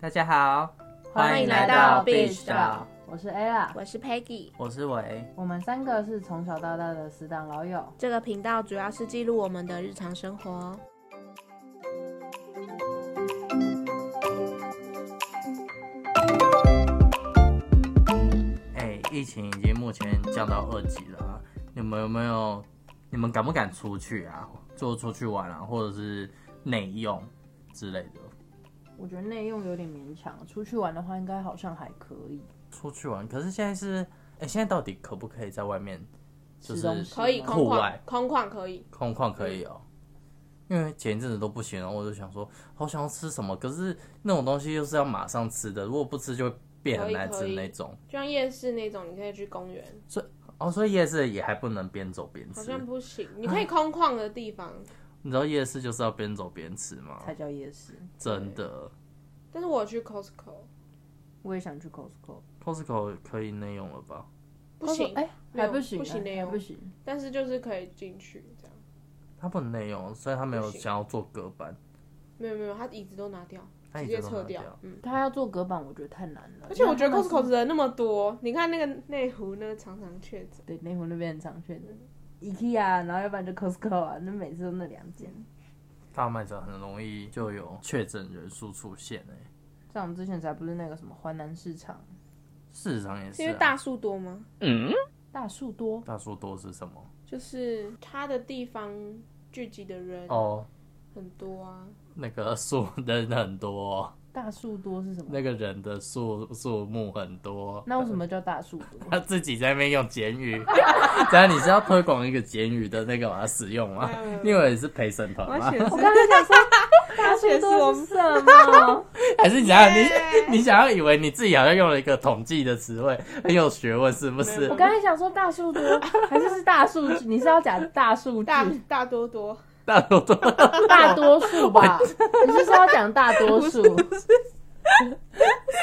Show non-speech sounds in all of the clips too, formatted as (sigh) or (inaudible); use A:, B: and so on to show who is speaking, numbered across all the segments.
A: 大家好，
B: 欢迎来到 Beach 岛，
C: 我是 Ella，
B: 我是 Peggy。
A: 我是伟。
C: 我们三个是从小到大的死党老友。
B: 这个频道主要是记录我们的日常生活。
A: 哎、疫情已经目前降到二级了啊，你们有没有？你们敢不敢出去啊？就出去玩啊，或者是内用之类的？
C: 我觉得内用有点勉强，出去玩的话应该好像还可以。
A: 出去玩，可是现在是，哎、现在到底可不可以在外面？就
C: 吃东
A: 是
C: 西
B: 可以，
A: 嗯
B: 空
A: 户
B: 旷
A: 外，
B: 空旷可以。
A: 空旷可以哦、因为前一阵子都不行，然后我就想说，好想要吃什么，可是那种东西又是要马上吃的，如果不吃就会变很难吃
B: 可以可以
A: 那种。
B: 就像夜市那种，你可以去公园，
A: 哦，所以夜市也还不能边走边
B: 好
A: 吃。
B: 像不行。你
A: 啊
B: 可以空旷的地方，
A: 你知道夜市就是要边走边吃吗？
C: 才叫夜市。
A: 真的
B: 但是我有去 Costco
C: 我也想去 Costco，
A: ，Costco 可以内用了吧？
B: 不行，
C: 哎、
B: 没有
C: 还不行、
B: 不行内
C: 还
B: 用
C: 不行。
B: 但是就是可以进去这样。
A: 他不能内用，所以他没有
B: 不行
A: 想要做隔板，
B: 没有没有，他椅子都拿掉，
A: 他
B: 直
A: 椅
B: 接
A: 子都
B: 撤
A: 拿。
B: 嗯，
C: 他要做隔板，我觉得太难了。
B: 而且我觉得
C: 因为他们
B: Costco 的人那么多，你看那个内湖那个常常确诊，
C: 对内湖那边很常去的 IKEA，然后啊要不然就 Costco 啊，那每次都那两间。
A: 大卖场很容易就有确诊人数出现欸诶、
C: 像我们之前才不是那个什么华南市场
A: 市场也
B: 是
A: 是、
B: 因为
A: 啊。
B: 大树多吗？
C: 大树多，
A: 大叔多是什么？
B: 就是它的地方聚集的人
A: 哦，
B: 很多啊。
A: 那个数人很多、哦
C: 大树多是什么？
A: 那个人的数数目很多。
C: 那为什么叫大树多？
A: 他自己在那边用简语？ (laughs) 当然你是要推广一个简语的那个嘛使用吗？你以为你是陪审团 (laughs) 吗？
B: 嗯
C: 我
B: 我
C: 刚才想说大树多是什
B: (laughs)
C: 么？
A: 还是你想要 (laughs) 你你想要以为你自己好像用了一个统计的词汇，很有学问是不
B: 没
A: 是
B: 有
C: 我？刚才想说大数多，还是是大数据？你是要讲大数据、
B: 大大多多，
A: (laughs) 大多多，
C: 大多数吧？你是说要讲大多数？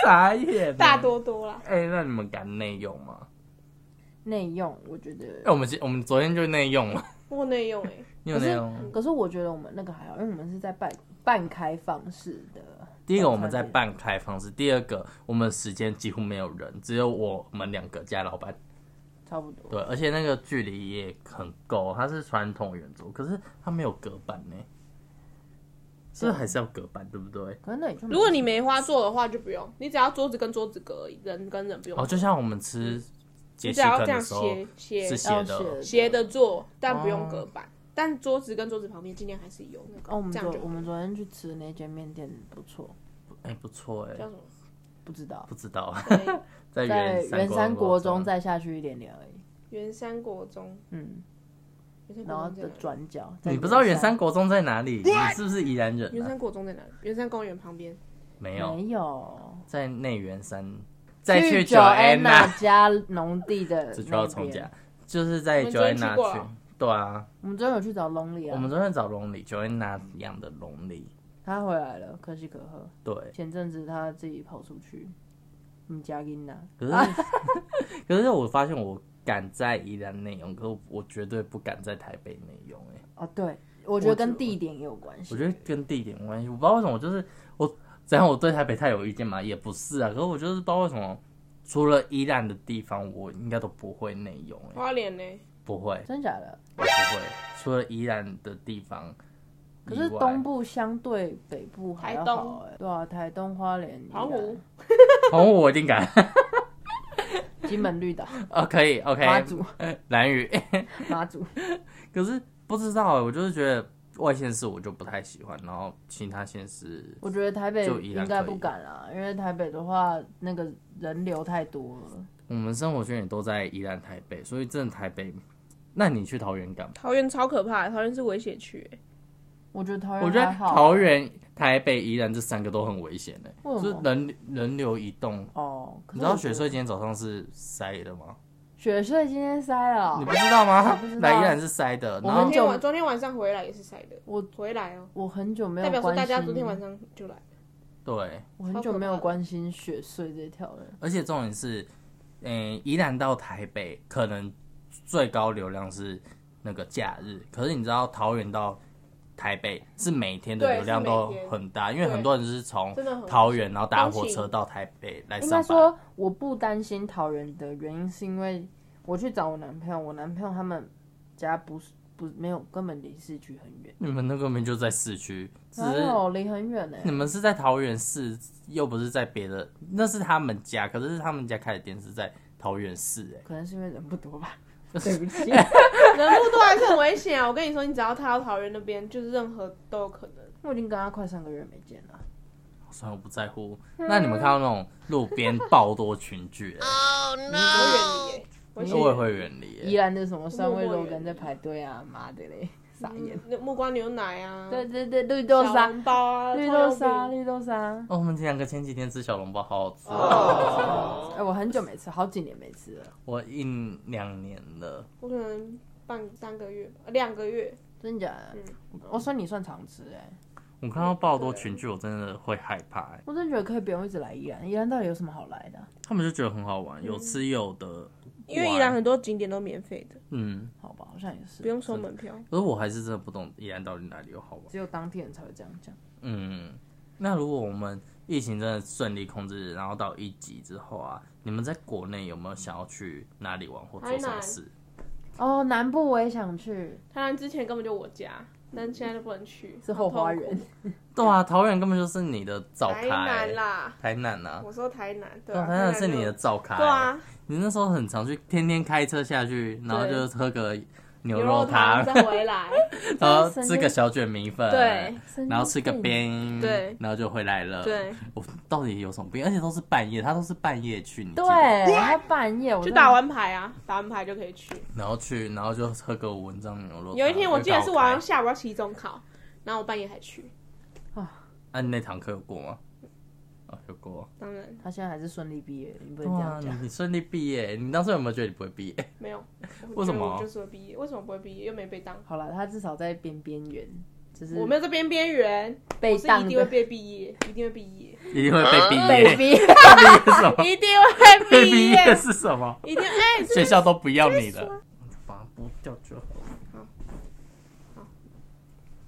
A: 傻眼了。
B: 大多多啦。
A: 哎、那你们敢内用吗？
C: 内用，我觉得
A: 哎、我们今我们昨天就内用了，
B: 我内用哎、
A: 你有内用吗？
C: 可是我觉得我们那个还好，因为我们是在半半开放式的。
A: 第一个我们在半开放式，第二个我们时间几乎没有人，只有我们两个加老板。
C: 差不多，
A: 对，而且那个距离也很够，它是传统圆桌，可是它没有隔板呢、是不是还是要隔板，对不对？
C: 可能那也就
B: 如果你梅花座的话就不用，你只要桌子跟桌子隔而已，人跟人不用。
A: 哦，就像我们吃杰
B: 嗯
A: 西
B: 你只要
A: 肯
B: 这样
A: 的时候
B: 斜
A: 是
B: 斜
A: 斜
C: 要
A: 的
C: 斜，
B: 斜的坐，但不用
A: 哦
B: 隔板。但桌子跟桌子旁边尽量还是有那个，
C: 哦，我们
B: 这
C: 昨
B: 样就
C: 我们昨天去吃的那间面店不错，
A: 哎、不错哎、
B: 叫什么？哎
C: 不知道
A: 不知道，
C: (laughs)
A: 在
B: 对
C: 在圆山
A: 山
C: 国中
A: 中
C: 再下去一点点而已，
B: 圆山国中，
C: 嗯，
B: 圆山
C: 然后
B: 国中
C: 的
B: 在哪里？
C: 转角，在
A: 你不知道圆山国中在哪里？你是不是宜兰人、
B: 圆
A: 啊？
B: 山国中在哪里？圆山公园旁边。
A: 没有，
C: 没有，
A: 在内圆山。再去
C: 九
A: 九安娜，
C: 家农地
A: (laughs)
C: 的
A: 这就要
C: 那
A: 重讲
C: 边，，
A: 就是在
B: 我们
A: 九
B: 昨天
A: 安
B: 去
A: 娜
B: 过
A: 去
B: 了。
A: 对啊，
C: 我们昨天有去找 Lonely
A: 我们
C: 啊，
A: 昨天找龙里，九安娜养的龙里。
C: 他回来了，可喜可贺。
A: 对，
C: 前阵子他自己跑出去，嗯，加音呐，
A: 可是， (laughs) 可是我发现我敢在宜兰内用，可我我绝对不敢在台北内用、欸。
C: 哦，对，我觉得
A: 我
C: 跟
A: 觉
C: 地点也有关系，
A: 我觉得跟地点有关系，我不知道为什么，我就是我，怎样我对台北太有意见嘛，也不是啊。可是我就是不知道为什么，除了宜兰的地方，我应该都不会内用、欸，
B: 花莲呢？
A: 不会，
C: 真假的。
A: 我不会。除了宜兰的地方以
C: 可
A: 外，
C: 是东部相对北部还要好哎、对啊，台东、花莲、宜
B: 澎湖
C: 兰、
A: 澎湖哦我一定
C: (laughs)
A: 敢
C: 金门、
A: (laughs)
C: 绿岛、
A: 哦，可以 OK，
C: 马祖、
A: 蓝屿。
C: (laughs) 马祖，
A: (laughs) 可是不知道、欸，我就是觉得外县市我就不太喜欢，然后其他县市
C: 我觉得台北
A: 就宜兰可以
C: 应该不敢啦，因为台北的话那个人流太多了。
A: 我们生活圈也都在宜兰、台北，所以真的台北，那你去桃园干嘛？
B: 桃园超可怕的，欸桃园是危险区欸。
C: 我觉得桃园
A: 我觉得
C: 嗯还好
A: 桃园、台北、宜兰这三个都很危险的、
C: 为什么
A: 就是人人流移动。
C: 哦，可
A: 你
C: 是
A: 知道
C: 我觉
A: 雪
C: 得
A: 穗今天早上是塞的吗？
C: 雪穗今天塞了
A: 你
C: 哦，
A: 不知道吗
C: 我不？知道
A: 来宜兰是塞的，
C: 我
A: 然
C: 们
A: 后
B: 昨
C: 很
B: 天
C: 久
B: 晚昨天晚上回来也是晒的，
C: 我
B: 回来哦，
C: 我很久没
B: 代
C: 有
B: 表说
C: 关
B: 大家
C: 心
B: 昨天晚上就来。
A: 对，
C: 我很久没有关心雪隧这条了。
A: 而且重点是，诶、宜兰到台北可能最高流量是那个假日，可是你知道桃园到台北是每天的
B: 对
A: 流量
B: 是每
A: 都
B: 天
A: 很大，因为
B: 对
A: 很多人是从
B: 真的很
A: 桃园然后搭
B: 通
A: 火车
B: 勤
A: 到台北来
C: 应
A: 上
C: 该
A: 班。
C: 说我不担心桃园的原因，是因为我去找我男朋友，我男朋友他们家不是不没有根本离市区很远，
A: 你们那根本就在市区，只
C: 哪
A: 是
C: 有离很远呢、
A: 你们是在桃园市，又不是在别的，那是他们家，可是他们家开的店是在桃园市、欸，
C: 可能是因为人不多吧， (laughs) 对不起。
B: 人不多还是很危险啊！我跟你说，你只要踏到桃园那边，就是任何都有可能。
C: 我已经跟他快三个月没见了，
A: (laughs) 算了，我不在乎。那你们看到那种路边爆多群
B: (laughs)
A: 聚、欸，
B: 你都远离耶，危险
A: 我也会远离、欸
B: 嗯
C: 宜兰的什么三味肉羹在排队啊，妈的嘞，傻眼。
B: 那木瓜牛奶啊，
C: 对对对，绿豆
B: 嗯小
C: 沙，
B: 笼包啊，
C: 绿
B: 葱油
C: 豆
B: 饼
C: 沙，绿豆沙。
A: 哦，我们两个前几天吃小笼包，好好吃哦！
B: 哦
C: 哎，我很久没吃，好几年没吃了，
A: 我一两年了，
B: 我可能半三个月吧，呃两个月。
C: 真假的？我说你算常吃哎，
A: 我看到爆多群聚，我真的会害怕、欸。
C: 我真的觉得可以不用一直来宜兰，宜兰到底有什么好来的啊？
A: 他们就觉得很好玩，有吃有的，
B: 因为宜兰很多景点都免费的，
A: 嗯，
C: 好吧，好像也是，
B: 不用收门票。
A: 可是我还是真的不懂宜兰到底哪里有好玩。
C: 只有当地人才会这样讲。
A: 嗯，那如果我们疫情真的顺利控制，然后到一级之后啊，你们在国内有没有想要去哪里玩或做什么事？
C: 哦，南部我也想去，
B: 台南之前根本就我家，但现在都不能去，
C: 是后花园
B: 好痛苦。
A: 对啊，桃园根本就是你的灶
B: (laughs) 台
A: 台，
B: 南啦，
A: 台南啊，
B: 我说台南，对
A: 对啊
B: 啊，
A: 台南
B: 就是
A: 你的。灶开，(laughs)
B: 对啊，
A: 你那时候很常去，天天开车下去，然后
C: 对
A: 就喝个牛
B: 牛
A: 肉
B: 肉
A: 汤
B: 汤，再回来，
A: (laughs) 然后
C: 神
A: 吃
C: 经
A: 个小卷米粉，
B: 对，
A: 然后吃个冰，
B: 对
A: 然后就回来了。
B: (laughs) 对，
A: 我到底有什么病？而且都是半夜，他都是半夜去，你记得
C: 对，他半夜我
B: 就
C: 真的
B: 打，完牌啊，打完牌就可以去。
A: 然后去，然后就喝个文章牛肉汤。
B: 有一天我记得是
A: 又告
B: 晚
A: 白
B: 上下午要期中考，然后我半夜还去，
A: 啊，你那堂课有过吗？啊，有过。
B: 当然
C: 他现在还是顺利毕业，你不能
A: 对
C: 这
A: 啊，
C: 样
A: 你
C: 讲。
A: 你顺利毕业，你当时有没有觉得你不会毕业？ (laughs)
B: 没有。我
A: 为什么
B: 觉得我就是会毕业，为什么不会毕业？又没被当，
C: 好了，他至少在边边缘，就是
B: 我没有这边边缘，
C: 被
B: 我是
C: 当
B: 一定会
A: (laughs)
C: 的
B: 被毕业，一定会毕业，
A: 一定会被毕
C: 被
A: 业。(laughs) 毕
C: 逼。
A: 业什么？
B: 一定会
A: 被
B: 啊 (laughs) 毕
A: 毕
B: 业，
A: 业是什么？
B: 一
A: (laughs)
B: 定哎，这
A: 学校都不要你了，把它剥掉就好。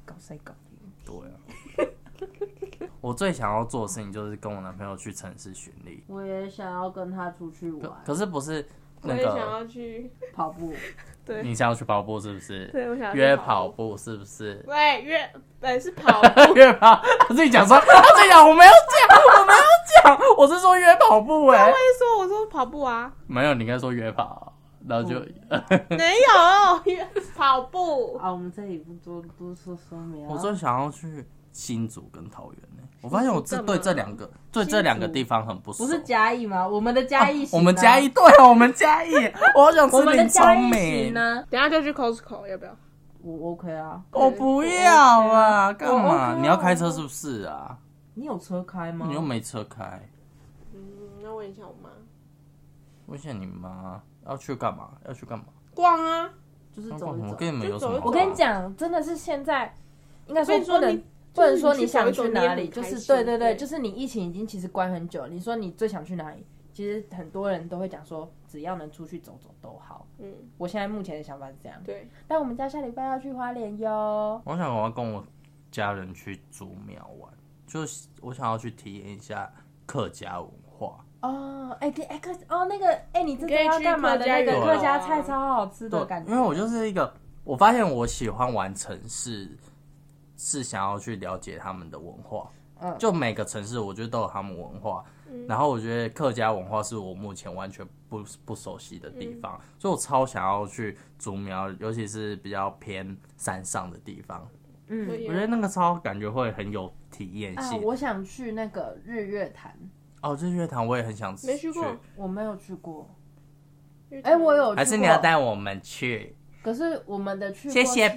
C: 搞谁搞你？
A: 对啊。 (laughs) 我最想要做的事情就是跟我男朋友去城市巡礼，
C: (laughs) 我也想要跟他出去
A: 可
C: 玩，
A: 可是不是
B: 我
A: 那
B: 也想
A: 个
B: 要去，
C: 跑步。
B: 对
A: 你想要去跑步是不是？
B: 对，我想要去
A: 约跑，步是不是？，
B: 对，约呃是跑步 (laughs)
A: 约跑， (laughs) 他自己讲说，他自己讲我没有讲，我没有讲，我是说约跑步哎、
B: 他会说我说跑步啊，
A: (laughs) 没有，你应该说约跑，然后就、 (laughs)
C: 啊
B: 没有约跑步，
C: 啊，我们这里不多多说说明啊。
A: 我最想要去新竹跟桃园呢、我发现我这
B: 干嘛
A: 对这两个对
C: 竹
A: 这两个地方很不熟。
C: 不是嘉义吗？我们的嘉义、
A: 啊我们嘉义，对啊，我们嘉义，我好想吃
C: 我们的
A: 林
C: 嘉
A: 聪
C: 义
A: 明
C: 行。呢？
B: 等一下就去 Costco 要不要？
C: 我 OK 啊，
A: 我不要啊！干
C: 我 OK
A: 嘛？
C: 啊
A: 你要开车是不是啊？
C: 你有车开吗？
A: 你又没车开，
B: 嗯，那问一下我妈，
A: 问一下你妈要去干嘛？要去干嘛？
B: 逛啊，
C: 就是
A: 那
C: 走一
A: 我
C: 走。
A: 跟你们有什么？
B: 就走一走
C: 我跟你，讲，真的是现在，应该说
B: 我跟你说
C: 不能
B: 你
C: 不能
B: 就是
C: 说
B: 你
C: 你
B: 去找
C: 想
B: 一种
C: 去
B: 你也
C: 哪
B: 很
C: 里，就
B: 开
C: 是
B: 心
C: 对对对，
B: 对
C: 就是你疫情已经其实关很久，你说你最想去哪里？其实很多人都会讲说，只要能出去走走都好。
B: 嗯，
C: 我现在目前的想法是这样，
B: 对，
C: 但我们家下礼拜要去花莲哟。
A: 我想我要跟我家人去祖庙玩，就是我想要去体验一下客家文化。
C: 哦，哎、对，哎、客哦那个，哎、你这
B: 可
C: 个
B: 以
C: 要
B: 去
C: 干嘛
B: 客
C: 的
B: 家
C: 那个
A: 园
C: 客
A: 啊
C: 家菜超好吃的哦感
A: 对，
C: 觉，
A: 因为我就是一个，我发现我喜欢玩城市，是想要去了解他们的文化。
C: 嗯
A: 就每个城市，我觉得都有他们文化。然后我觉得客家文化是我目前完全不不熟悉的地方，
C: 嗯
A: 所以我超想要去竹苗，尤其是比较偏山上的地方。
B: 我
C: 嗯
B: 也
A: 我觉得那个超感觉会很有体验
C: 啊，
A: 性。
C: 我想去那个日月潭，
A: 哦，日月潭我也很想去，
B: 没去过
C: 我没有去过，
B: 因为
C: 哎、我有去过，
A: 还是你要带我们去？
C: 可是我们的去过
A: 谢谢
C: 是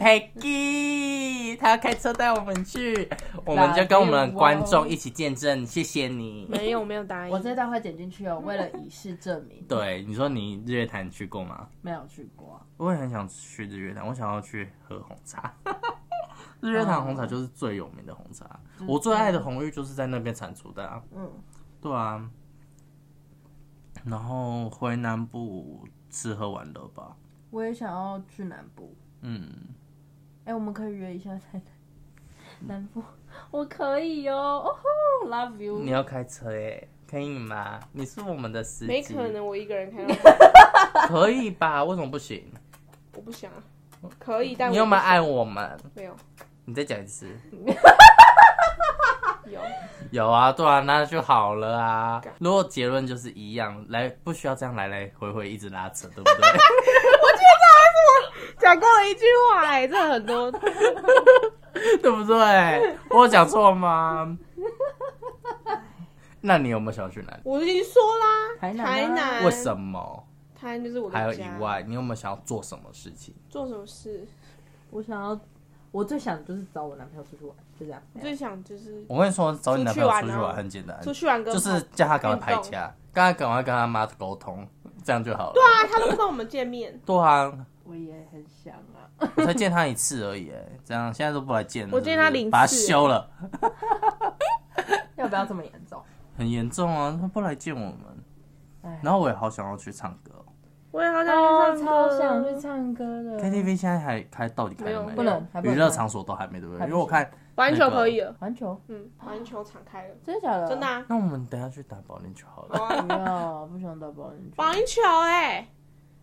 A: Peggy，他要开车带我们去，我们就跟我们的观
C: 哦
A: 众一起见证，谢谢你。
B: 没有没有答应，
C: 我这段会剪进去哦，为了以示证明，
A: 对，你说你日月潭去过吗？
C: 没有去过啊。
A: 我也很想去日月潭，我想要去喝红茶。 (laughs) 日月潭红茶就是最有名的红茶，
C: 嗯
A: 我最爱的红玉就是在那边产出的啊。嗯，对啊。然后回南部吃喝玩乐吧。
C: 我也想要去南部。
A: 嗯，
C: 哎、我们可以约一下在南南部，我可以哟、哦，吼，love
A: 你
C: you。
A: 要开车耶、可以吗？你是我们的司机，
B: 没可能，我一个人开 (laughs) 到，
A: 可以吧？为什么不行？
B: 我不想啊。可以，但
A: 你
B: 我
A: 有
B: 不
A: 没有
B: 想
A: 爱？我们？
B: 没有，
A: 你再讲一次。
B: 有
A: 有啊，对啊，那就好了啊。如果结论就是一样，来不需要这样来来回回一直拉扯，对不对？(laughs)
B: (laughs) 讲过了一句话、哎，这很多。
A: 对不对？我有讲错吗？那你有没有想要去哪里？
B: 我已经说啦，
C: 台
B: 台
C: 南啊
B: 南
A: 为什么？
B: 台南就是我的
A: 还有以
B: 嗯家
A: 外，你有没有想要做什么事情？
B: 做什么事？
C: 我想要，我最想就是找我男朋友出去玩，就这样。
B: 我最想就是
A: 我跟你说，找你男朋友
B: 出去玩
A: 出去
B: 啊
A: 玩很简单，
B: 出去玩跟
A: 就是叫他赶快排假，赶快赶快跟他妈沟通，这样就好了。。
B: 对啊，他都不跟我们见面
A: 对啊，
C: 我也很想啊， (laughs)
A: 我才见他一次而已，哎，这样现在都不来见了，
B: 我见他
A: 是不是
B: 零次
A: 把他休了，
C: 要不要这么严重？
A: 很严重啊，他不来见我们。
C: 哎，
A: 然后我也好想要去唱歌哦
B: (laughs) 我也好
C: 哦
B: 想去唱歌，
C: 超想去唱歌的。
A: ，KTV 现在还开到底开了
B: 没有
A: 没？
C: 嗯不能还不能
A: 娱乐场所都还没对不对？
C: 还不
A: 因为我看
B: 玩球可以了，
C: 环球，
B: 嗯，玩球场开了，
C: 真的假的？
B: 真的、啊。
A: 那我们等一下去打保龄球好了。
B: 好啊
C: 不要，不想打保龄球。
B: 保龄球哎、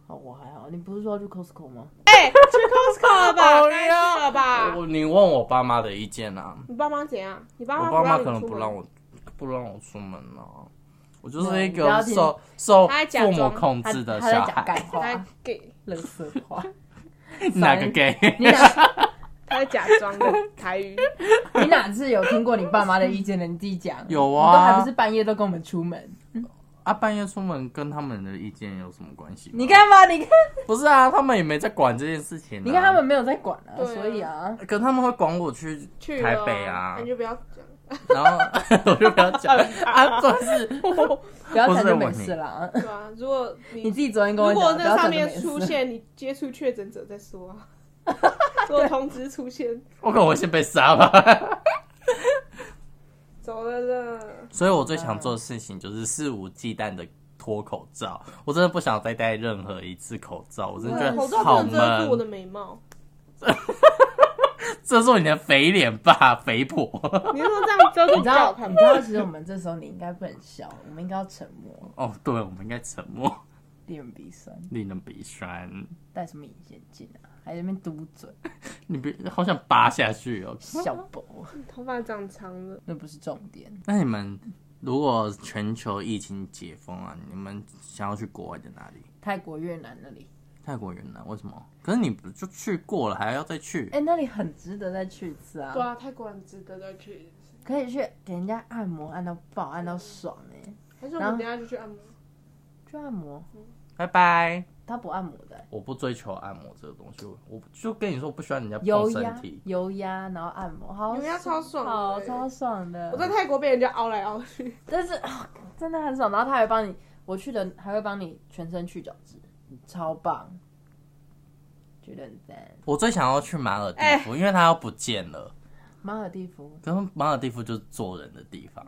C: 好，啊我还好。你不是说要去 Costco 吗？
B: 哎、去 Costco (laughs) 了吧？
A: 好
B: 该去了吧？
A: 我你问我爸妈的意见啊，
B: 你爸妈怎样？你爸
A: 我
B: 妈
A: 爸妈
B: 你
A: 可能
B: 出
A: 不
B: 门
A: 让我不让我出门啊。我就是
C: 对
A: 一
C: 你不要
A: 个
C: 听
A: 受受
B: 他在假
A: 父母
B: 装
A: 控
C: 他
A: 制的
C: 他在
A: 小
C: 讲
A: 孩，
C: 干
B: 他
C: 话，
B: 给
C: 乐色话。
A: 哪个 gay？
C: 你哪
B: 他在假装的台语，
C: (laughs) 你哪次有听过你爸妈的意见呢？你自己讲。
A: 有
C: 你都还
A: 啊
C: 不是半夜都跟我们出门。
A: 啊，半夜出门跟他们的意见有什么关系吗？
C: 你看吧，你看，
A: 不是啊，他们也没在管这件事情啊、
C: 你看他们没有在管啊，
B: 对啊
C: 所以啊，
A: 可他们会管我去
B: 去
A: 台
B: 了哎
A: 北啊
B: 那你，就不要讲。
A: (laughs) 然后
B: (laughs)
A: (laughs) 我就不要讲啊，算是
C: 不要
A: 不是
C: 谈就
A: 问
C: 没
A: 你
C: 事啦。
B: 对啊，如果
C: 你
B: 你
C: 自己昨天跟我
B: 如果
C: 讲，不
B: 那
C: 要谈
B: 上
C: 就
B: 面
C: 没
B: 出
C: 事。
B: 现你接触确诊者再说啊。 (laughs) 如果通知出现，
A: 我可能会先被杀吧。
B: (laughs) 走了啦。
A: 所以我最想做的事情就是肆无忌惮的脱口罩，我真的不想再戴任何一次口罩，我真的觉
B: 啊口
A: 得
B: 罩
A: 好
B: 不能遮住我的
A: 闷。
B: 美
A: (laughs)
B: 貌， (laughs)
A: 这是你的肥脸吧，肥婆。 (laughs)
B: 你是说这样遮住
C: 你
B: 比
C: 知
B: 较好
C: 道，
B: 看
C: 你 (laughs)
B: 吗
C: 知？道，其实我们这时候你应该不能笑，我们应该要沉默，
A: 哦，对，我们应该沉默， (laughs)
C: 令人鼻酸。
A: 令人鼻酸。
C: 戴什么隐形镜啊？还在那边嘟嘴，
A: 你别好想扒下去哦。
C: 笑爆！
B: 头发长长了，
C: 那不是重点。
A: 那你们如果全球疫情解封啊，你们想要去国外的哪里？
C: 泰国、越南那里，
A: 泰国、云南？为什么？可是你不就去过了，还要再去？
C: 哎、那里很值得再去一次啊！
B: 对啊，泰国很值得再去。
C: 可以去给人家按摩，按到爆，按到爽哎、
B: 还是我们等一下就去按摩？
A: 嗯
C: 就按摩，
A: 拜拜。
C: 他不按摩的欸、
A: 我不追求按摩这个东西，我我就跟你说，我不喜欢人家
C: 油
A: 碰身
C: 压
A: 体。
C: 油压，然后按摩，好
B: 油压超爽的
C: 好
B: 欸
C: 超爽的。
B: 我在泰国被人家凹来凹去，
C: 但是、啊真的很爽，然后他还帮你，我去的还会帮你全身去角质，超棒，觉得很赞。
A: 我最想要去马尔地夫，因为它要不见了。
C: 马尔蒂夫，
A: 可是马尔地夫就是做人的地方，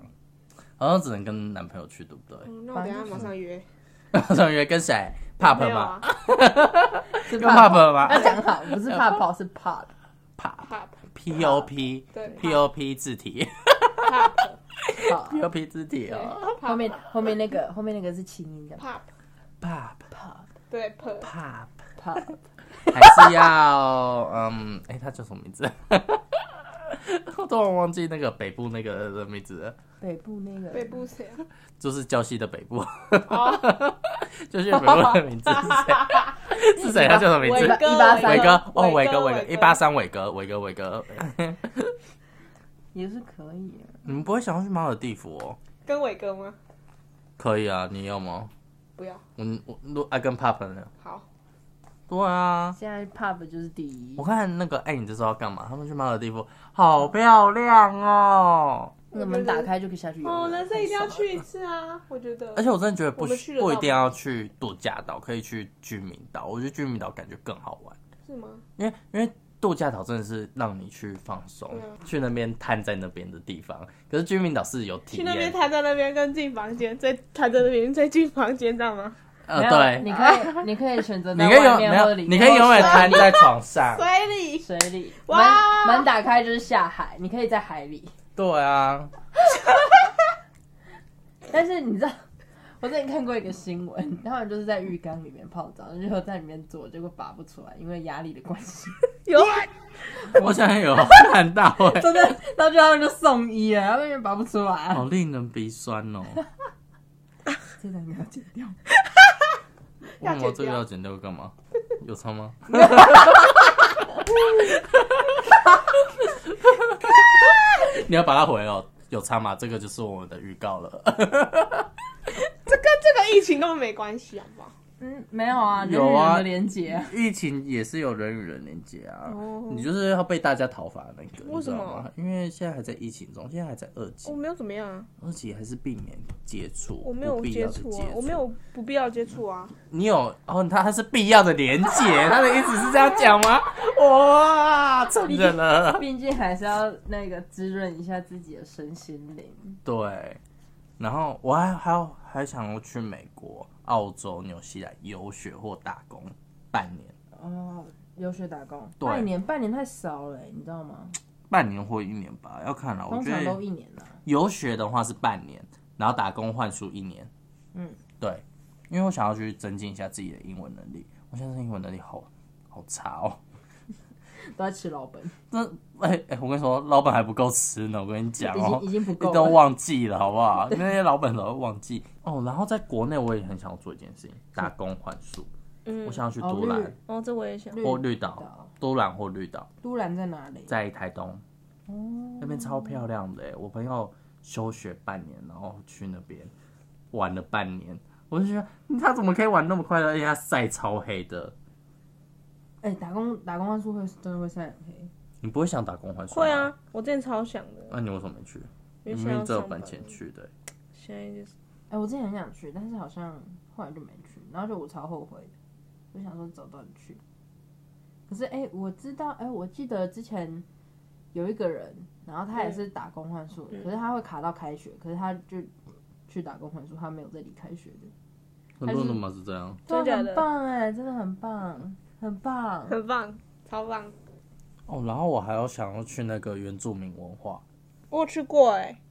A: 好像只能跟男朋友去，对不对？
B: 嗯那我等一下马上约。
A: 我想约跟谁？Pop
B: 没有
A: 吗 (laughs)
B: 啊？
C: 是
A: 跟 Pop
C: 泡，
A: 吗
B: (laughs)
C: 要讲好，不是怕泡，是怕。
A: ？Pop
B: 怕 (laughs)
A: P O P
B: 对
A: P O P 字体 (laughs)
B: 怕怕 (laughs)
C: 泡。
A: P O P 字体哦
B: 对
C: 后面后面那个后面那个是轻音的
B: 怕怕
A: ，Pop
C: 泡
B: 对怕
A: Pop
C: 泡，
A: 还是要嗯，哎，他叫什么名字？我突然忘记那个北部那个的名字了，
C: (laughs) 北部那个
B: 北部谁啊？
A: 就是礁溪的北部。
B: 哦，
A: (laughs) 就是美国的名字是谁？ (laughs) 是谁？他叫什么名
C: 一
A: 字
C: 八？
B: 哥
C: 一八三
A: 哎伟哥哦，伟
B: 伟
A: 哥，
B: 哥，
A: 伟哥，一八。三，伟哥，伟哥，伟哥。 (laughs)
C: 也是可以、啊。
A: 你们不会想要去马尔地夫哦？
B: 跟伟哥吗？
A: 可以啊，你要吗？
B: 不要，
A: 我我如爱跟 Pop 呢？
B: 好，
A: 对啊，
C: 现在 pub 就是第一
A: 我，看那个哎，你这是要干嘛？他们去马尔地夫，好漂亮哦！
C: 那门打开就可以下去游泳。
B: 哦，人生一定要
C: 很爽。
B: 去一次啊！我觉得，
A: 而且我真的觉得不
B: 我们去得到
A: 不一定要去度假岛，可以去居民岛。我觉得居民岛感觉更好玩，
B: 是吗？
A: 因为因为度假岛真的是让你去放松，
B: 啊
A: 去那边瘫在那边的地方。可是居民岛是有体
B: 去那边
A: 验，
B: 他在那边跟进房间，再他在那边再进房间，知道吗？
A: 呃，
C: 你
A: 对，
C: 可以，你可以选择在
A: 你可以
C: 外
A: 永
C: 面
A: 没
C: 或
A: 有，
C: 里
A: 你
C: 面
A: 可以永远瘫 (laughs) 在床
B: (laughs)
A: 上。
B: 水里
C: 水里，门
B: 哇
C: 门打开就是下海，你可以在海里。
A: 对 (laughs) 啊，
C: 但是你知道，我之前看过一个新闻，他们就是在浴缸里面泡澡，然后在里面坐，结果拔不出来，因为压力的关系，
B: 有
A: 我想有 (laughs) 看到哎、
C: (laughs) 真的，然后就他们就送啊医了，他们也拔不出来，
A: 好令人鼻酸哦。
C: 这两个要剪掉。
A: 为什么这
B: 要
A: 个
B: 剪掉
A: 要剪掉干
B: (laughs)
A: 嘛？有差吗？你要把它回哦，有差吗？这个就是我们的预告了。
B: (laughs) 这跟这个疫情根本没关系，好不好？
C: 嗯，没有啊，人与
A: 有啊
C: 人的连接、啊，
A: 疫情也是有人与人连接啊，
B: 哦
A: 你就是要被大家讨伐那个，
B: 为什么
A: 你知道吗？因为现在还在疫情中，现在还在二级
B: 我，没有怎么样啊，
A: 二级还是避免接触，
B: 我没有
A: 不必
B: 接
A: 要的
B: 触
A: 接
B: 啊，我没。有不必要接触啊。
A: 你有哦，他他是必要的连接，他的意思是这样讲吗？哇，承认了，
C: 毕竟还是要那个滋润一下自己的身心灵。
A: 对。然后我还还有还想要去美国、澳洲、纽西兰游学或打工半年，
C: 哦，留学打工，
A: 对
C: 半年，半年太少了，欸你知道吗？
A: 半年或一年吧，要看啦。我
C: 通
A: 觉
C: 常
A: 得
C: 都一年啦、啊
A: 游学的话是半年，然后打工换宿一年。
C: 嗯，
A: 对，因为我想要去增进一下自己的英文能力。我现在英文能力好好差哦。
C: 都在吃老本，
A: 那哎哎，我跟你说，老板还不够吃呢。我跟你讲
C: 已
A: 哦
C: 经，已经不
A: 你
C: 够
A: 都
C: 了。
A: 忘记了好不好？那些老板都忘记哦。然后在国内，我也很想要做一件事情，打工换宿。
B: 嗯
A: 我想要去
C: 哦
A: 都兰、
C: 绿
B: 哦，这我也想
C: 绿
A: 或绿岛
C: 岛，
A: 都兰或绿岛，
C: 啊都兰在哪里？
A: 啊在台东，那边超漂亮的欸。我朋友休学半年，然后去那边玩了半年，我就觉得嗯他怎么可以玩那么快乐？而且他晒超黑的，
C: 哎、打工打工换宿会真的会晒很黑，
A: 你不会想打工换宿？
B: 会，啊，我之前超想的，
A: 那你为什么没去？你
B: 因
A: 明
B: 为现在
A: 明
B: 要
A: 只有
B: 上
A: 本
B: 班，
A: 钱去的欸，
B: 现在就是
C: 哎、我之前很想去，但是好像后来就没去，然后就我超后悔的，我想说早到你去。可是哎、我知道哎、我记得之前有一个人，然后他也
B: 嗯
C: 是打工换宿的，可是他会卡到开学，可是他就去打工换宿，他没有再离开学的，
A: 很多人嘛是这样。
B: 真的
C: 对啊
B: 假的
C: 很棒哎、真的很棒，很棒。
B: 很棒，超棒。
A: 哦，然后我还要想要去那个原住民文化，
B: 我有去过哎、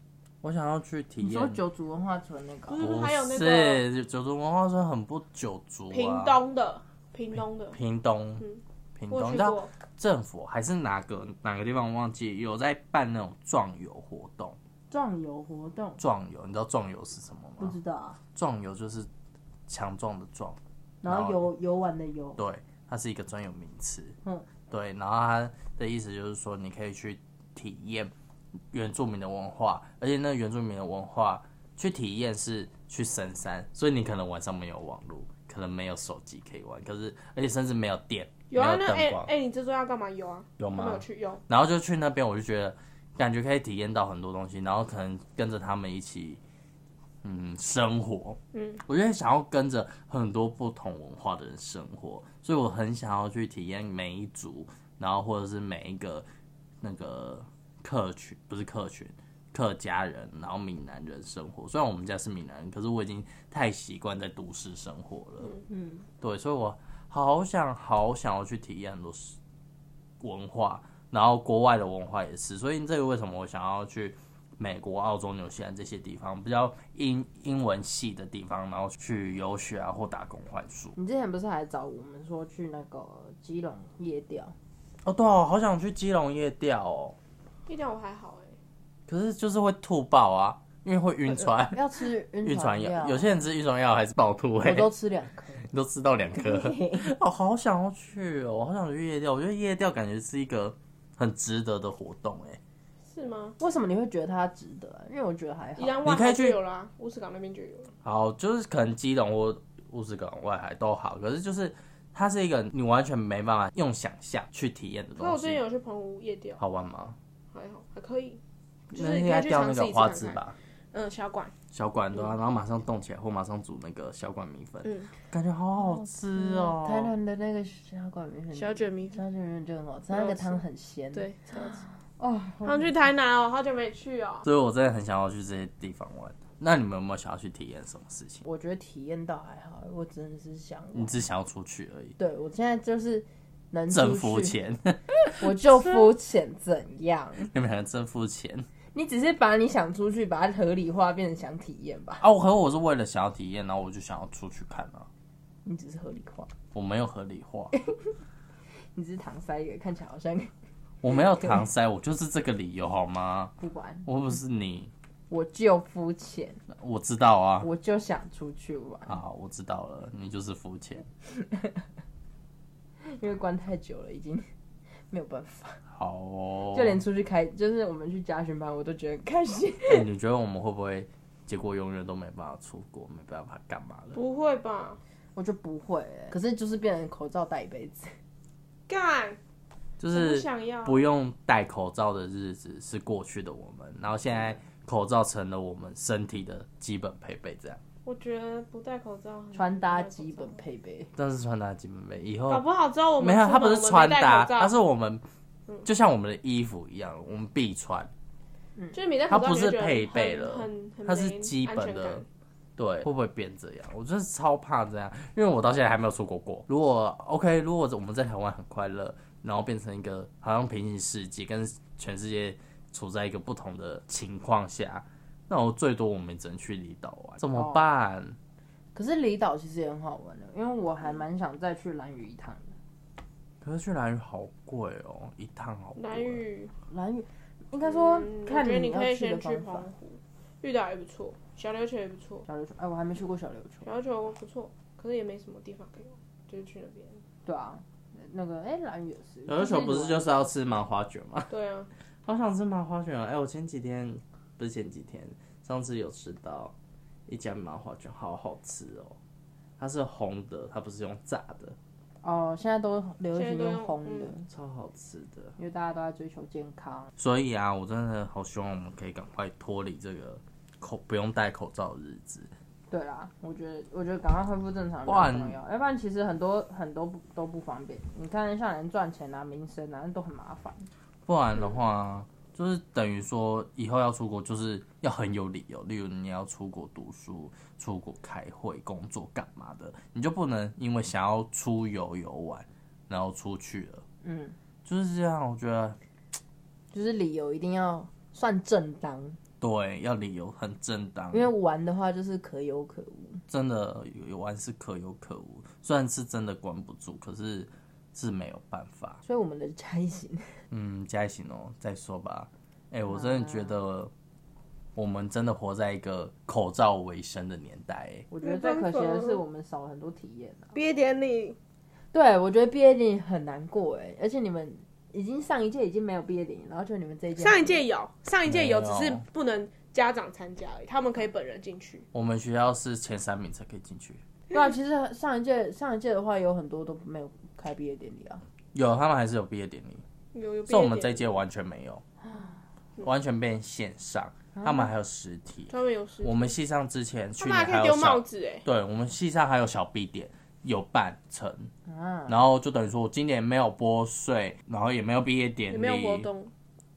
A: 我想要去体
C: 你说
A: 验。
C: 九族文化村那个
B: 不
C: 哦，
B: 是还有那个
A: 是九族文化村很不九族、啊，
B: 屏东的，屏东的，
A: 屏东，屏
B: 我
A: 东，你
B: 有去
A: 知道
B: 过。
A: 政府还是哪个哪个地方忘记有在办那种壮游活动？
C: 壮游活动，
A: 壮游，你知道壮游是什么
C: 不
A: 吗？
C: 知道啊。
A: 壮游就是强壮的壮，
C: 然
A: 然后
C: 后游游玩的游，
A: 对，它是一个专有名词。
C: 嗯，
A: 对，然后它的意思就是说，你可以去体验原住民的文化，而且那原住民的文化去体验是去深山，所以你可能晚上没有网络，可能没有手机可以玩，可是而且甚至没有电，
B: 有啊，
A: 没
B: 那
A: 有灯
B: 哎哎
A: 光，、
B: 你这周要干嘛？有啊，
A: 有吗
B: 我没有去，有。
A: 然后就去那边，我就觉得感觉可以体验到很多东西，然后可能跟着他们一起，嗯，生活，
B: 嗯，
A: 我就想要跟着很多不同文化的人生活，所以我很想要去体验每一族，然后或者是每一个那个客群，不是客群。客家人，然后闽南人生活。虽然我们家是闽南人，可是我已经太习惯在都市生活了。
C: 嗯，
A: 对，所以我好想好想要去体验很多事文化，然后国外的文化也是，所以这个为什么我想要去美国、澳洲、纽西兰这些地方比较英英文系的地方，然后去游学啊或打工换宿。
C: 你之前不是还找我们说去那个基隆夜钓？
A: 哦，对哦，好想去基隆夜钓哦，
B: 一点我还好哎、
A: 可是就是会吐爆啊，因为会晕船。
C: (laughs) 要吃
A: 晕
C: 晕
A: 船
C: 船
A: 药，
C: 药，
A: 有些人吃晕船药还是爆吐哎、
C: 我都吃两颗。
A: (laughs) 你都吃到两
C: (laughs)
A: 颗。哦，好想要去哦，我好想去夜钓，我觉得夜钓感觉是一个很值得的活动哎、
B: 是吗？
C: 为什么你会觉得它值得啊？因为我觉得还好
B: 宜。兰
A: 你
B: 外
A: 可以
B: 海就
A: 去
B: 有啦，乌石港那边就有了。
A: 好，就是可能基隆或乌石港外海都好，可是就是它是一个你完全没办法用想象去体验的
B: 可是我
A: 东
B: 最近
A: 西。
B: 有去澎湖夜钓，
A: 好玩吗？
B: 还好，还可以。就是
A: 那应
B: 你可
A: 该
B: 以去
A: 钓那
B: 尝试
A: 个
B: 一次
A: 花
B: 看
A: 枝
B: 看。
A: 吧，
B: 嗯，小馆，
A: 小馆对啊，然后马上冻起来或马上煮那个小馆米粉，
B: 嗯，
A: 感觉好好吃哦。
C: 嗯台南的那个小馆米粉，
B: 小卷米粉，
C: 小卷米粉就很好吃，
B: 很好
C: 那
B: 吃
C: 个汤很鲜。，
B: 对，超好吃
C: 哦，
B: 他们去台南哦，好久没去哦。
A: 所以我真的很想要去这些地方玩。那你们有没有想要去体验什么事情？
C: 我觉得体验到还好，我真的是想玩，
A: 你只想要出去而已，
C: 对我现在就是能
A: 挣
C: 出
A: 肤
C: 去，
A: 钱，
C: 我就肤浅怎样？
A: (laughs) 你们两个挣肤钱
C: 你只是把你想出去，把它合理化，变成想体验吧。
A: 啊！我和我是为了想要体验，然后我就想要出去看啊，
C: 你只是合理化，
A: 我没有合理化，
C: 你只是搪塞一个看起来好像？
A: 我没有搪塞，我就是这个理由好吗
C: 不管，
A: 我又不是你，
C: 我就肤浅，
A: 我知道啊，
C: 我就想出去玩，
A: 啊，我知道了，你就是肤浅。
C: 因为关太久了，已经没有办法。
A: 好哦，
C: 就连出去开，就是我们去家训班，我都觉得很开心。 (laughs)
A: 哎你觉得我们会不会结果永远都没办法出国，没办法干嘛了？
B: 不会吧？
C: 我就不会、欸，可是就是变成口罩戴一辈子。
B: 干，
A: 就
B: 我不
A: 是
B: 想要。
A: 不用戴口罩的日子是过去的我们，然后现在口罩成了我们身体的基本配备，这样。
B: 我觉得不戴口罩很，
C: 穿搭基本配备，
A: 但是穿搭基本配，以后
B: 搞不好之后我们
A: 没有，
B: 出
A: 它
B: 门
A: 不是
B: 我们
A: 穿
B: 没戴
A: 搭，
B: 口罩嗯
A: 它是我们就像我们的衣服一样，我们必穿，
B: 就是你戴
A: 它
B: 口罩
A: 不
B: 你会
A: 是
B: 觉得
A: 配备
B: 很
A: 了
B: 很很
A: 它是
B: 没
A: 基
B: 安
A: 本
B: 全
A: 的
B: 感
A: 对，会不会变这样？我真是超怕这样，因为我到现在还没有出国过。如果 OK，如果我们在台湾很快乐，然后变成一个好像平行世界，跟全世界处在一个不同的情况下，那我最多我们只能去离岛玩，怎么办？
C: 可是离岛其实也很好玩的，因为我还蛮想再去蓝屿一趟的。
A: 可是去兰屿好贵哦，一趟好贵。
B: 蓝雨，
C: 蓝屿应该说
B: 嗯我
C: 看
B: 觉得
C: 你
B: 你
C: 要
B: 可以
C: 的
B: 先去
C: 方法
B: 澎。湖，绿岛也不错，小琉球也不错，
C: 小琉球，哎，我还没去过小琉球。
B: 小琉球哦不错，可是也没什么地方可以玩，就是去那边。
C: 对啊，那个哎，蓝屿也是。
A: 有的时候不是就是要吃麻花卷吗？
B: 对啊，
A: 好想吃麻花卷啊！哎、我前几天不是前几天，上次有吃到一家麻花卷，好好吃哦。它是红的，它不是用炸的，
C: 哦，现在都流行
B: 现在都
C: 用
B: 用嗯
C: 烘的，
A: 超好吃的。
C: 因为大家都在追求健康。
A: 所以啊，我真的好希望我们可以赶快脱离这个口不用戴口罩的日子。
C: 对啦，我觉得我觉得赶快恢复正常比
A: 不
C: 较
A: 然
C: 重要，要不然其实很多很多不都不方便。你看像人赚钱啊、民生啊，那都很麻烦。
A: 不然的话，就是等于说以后要出国，就是要很有理由，例如你要出国读书、出国开会、工作干嘛的，你就不能因为想要出游游玩，然后出去了，
C: 嗯，
A: 就是这样。我觉得
C: 就是理由一定要算正当，
A: 对，要理由很正当，
C: 因为玩的话就是可有可无。
A: 真的游玩是可有可无，虽然是真的关不住，可是是没有办法。
C: 所以我们的差
B: (laughs)
C: 型，
A: 嗯，加一行哦，再说吧。哎、我真的觉得我们真的活在一个口罩为生的年代、哎
C: 我觉得最可惜的是我们少了很多体验啊。
B: 毕业典礼
C: 对，我觉得毕业典礼很难过哎，而且你们已经上一届已经没有毕业典礼，然后就你们这一届
B: 上一届有，上一届有，
A: 没
B: 只
A: 有
B: 是不能家长参加而已，他们可以本人进去。
A: 我们学校是前三名才可以进去，
C: 对啊，其实上一届上一届的话有很多都没有开毕业典礼啊。
A: 有他们还是有毕业典礼，
B: 有有毕
A: 是我
B: 业
A: 们这一
B: 典礼，
A: 届完全没有，完全变线上，他们还有实体。
B: 啊他们有时，
A: 我们系上之前
B: 他
A: 去
B: 们
A: 年
B: 还可
A: 还
B: 以
A: 有
B: 丢帽
A: 小，
B: 子哎，
A: 对我们系上还有小 B 点有办成，
C: 啊，
A: 然后就等于说我今年没有拨税，然后也没有毕业典
B: 也
A: 礼，
B: 没有活动，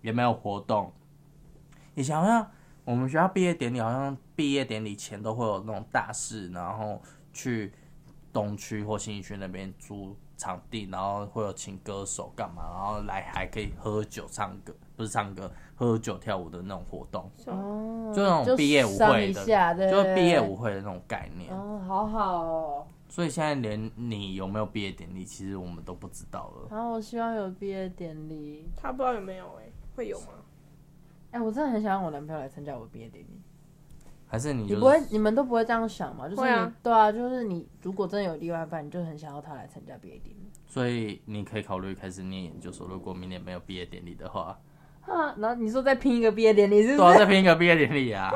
A: 也没有活动。以前好像我们学校毕业典礼，好像毕业典礼前都会有那种大事，然后去东区或新义区那边租场地，然后会有请歌手干嘛，然后来还可以喝酒唱歌，不是唱歌，喝酒跳舞的那种活动，
C: 哦，
A: 就那种毕业舞
C: 商
A: 会
C: 一
A: 的，
C: 下，对，
A: 就是毕业舞。会的那种概念。
C: 哦，好好哦。
A: 所以现在连你有没有毕业典礼，其实我们都不知道了。
C: 然后我希望有毕业典礼。
B: 他不知道有没有哎，会有吗？
C: 哎、我真的很想让我男朋友来参加我毕业典礼。
A: 还是你
C: 你
A: 就
C: 不会
A: 是，
C: 你们都不会这样想吗？就是
B: 会
C: 你，
B: 啊
C: 对啊，就是你如果真的有另外一半，你就很想要他来参加毕业典礼 (laughs)
A: 所以你可以考虑开始念研究所。如果明年没有毕业典礼的话，
C: 啊。然后你说再拼一个毕业典礼，是
A: 对
C: 不
A: 啊，
C: 是
A: 再拼一个毕业典礼啊！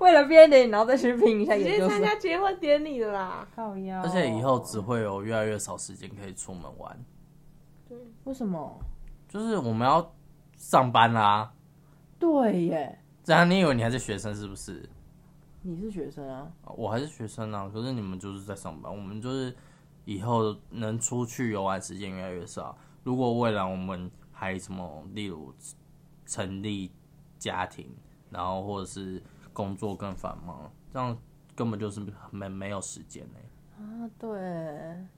C: 为了毕业典礼，然后再去拼一下
B: 直
C: 研
B: 接
C: 究
B: 参
C: 生？
B: 加结婚典礼的啦。
C: 靠腰。
A: 而且以后只会有越来越少时间可以出门玩，
C: 为什么？
A: 就是我们要上班啦、
C: 对耶，
A: 这样你以为你还是学生是不是？
C: 你是学生啊，
A: 我还是学生啊，可是你们就是在上班，我们就是以后能出去游玩时间越来越少。如果未来我们还什么，例如成立家庭，然后或者是工作更繁忙，这样根本就是没没有时间嘞、
C: 啊对，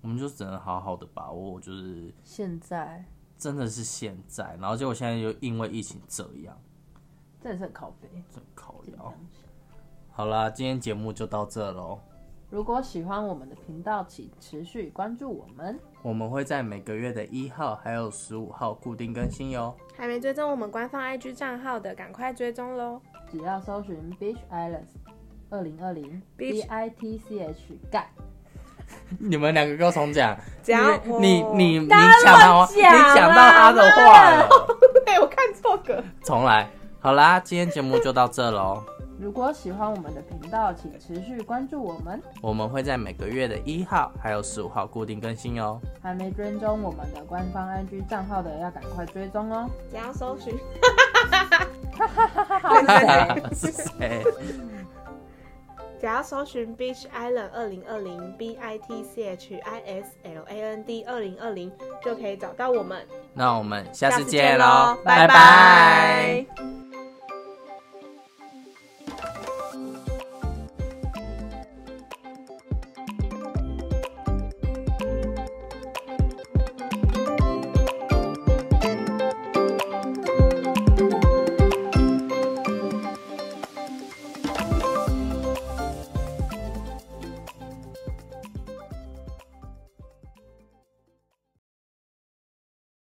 A: 我们就只能好好的把握，就是
C: 现在
A: 真的是现在，然后结果现在又因为疫情这样，
C: 真的是很靠背。
A: 真靠
C: 这
A: 腰
C: 样。想
A: 好啦，今天节目就到这喽。
C: 如果喜欢我们的频道，请持续关注我们。
A: 我们会在每个月的一号还有十五号固定更新哟。
B: 还没追踪我们官方 IG 账号的，赶快追踪喽！
C: 只要搜寻 Beach Islands 二零二零 B
B: Beach
C: I T C H 盖，
A: (laughs) 你们两个给我重讲，
B: 只要
A: 因为
B: 我
A: 你你你
B: 当然
A: 抢到
B: 我
A: 你
B: 讲啦
A: 抢到他的话了，
B: (laughs) 对，我看错 (laughs) 歌。
A: 重来。好啦，今天节目就到这喽。
C: 如果喜欢我们的频道，请持续关注我们。
A: 我们会在每个月的一号还有十五号固定更新哦哟。
C: 还没追踪我们的官方 IG 账号的，要赶快追踪哦。
B: 只要搜寻，
C: (laughs)
A: (laughs) 是谁？
B: 只要搜寻 Beach Island 二零二零 B I T C H I S L A N D 二零二零，就可以找到我们。
A: 那我们下
B: 下
A: 次
B: 次见
A: 见
B: 喽
A: 喽，拜
B: 拜拜
A: 拜。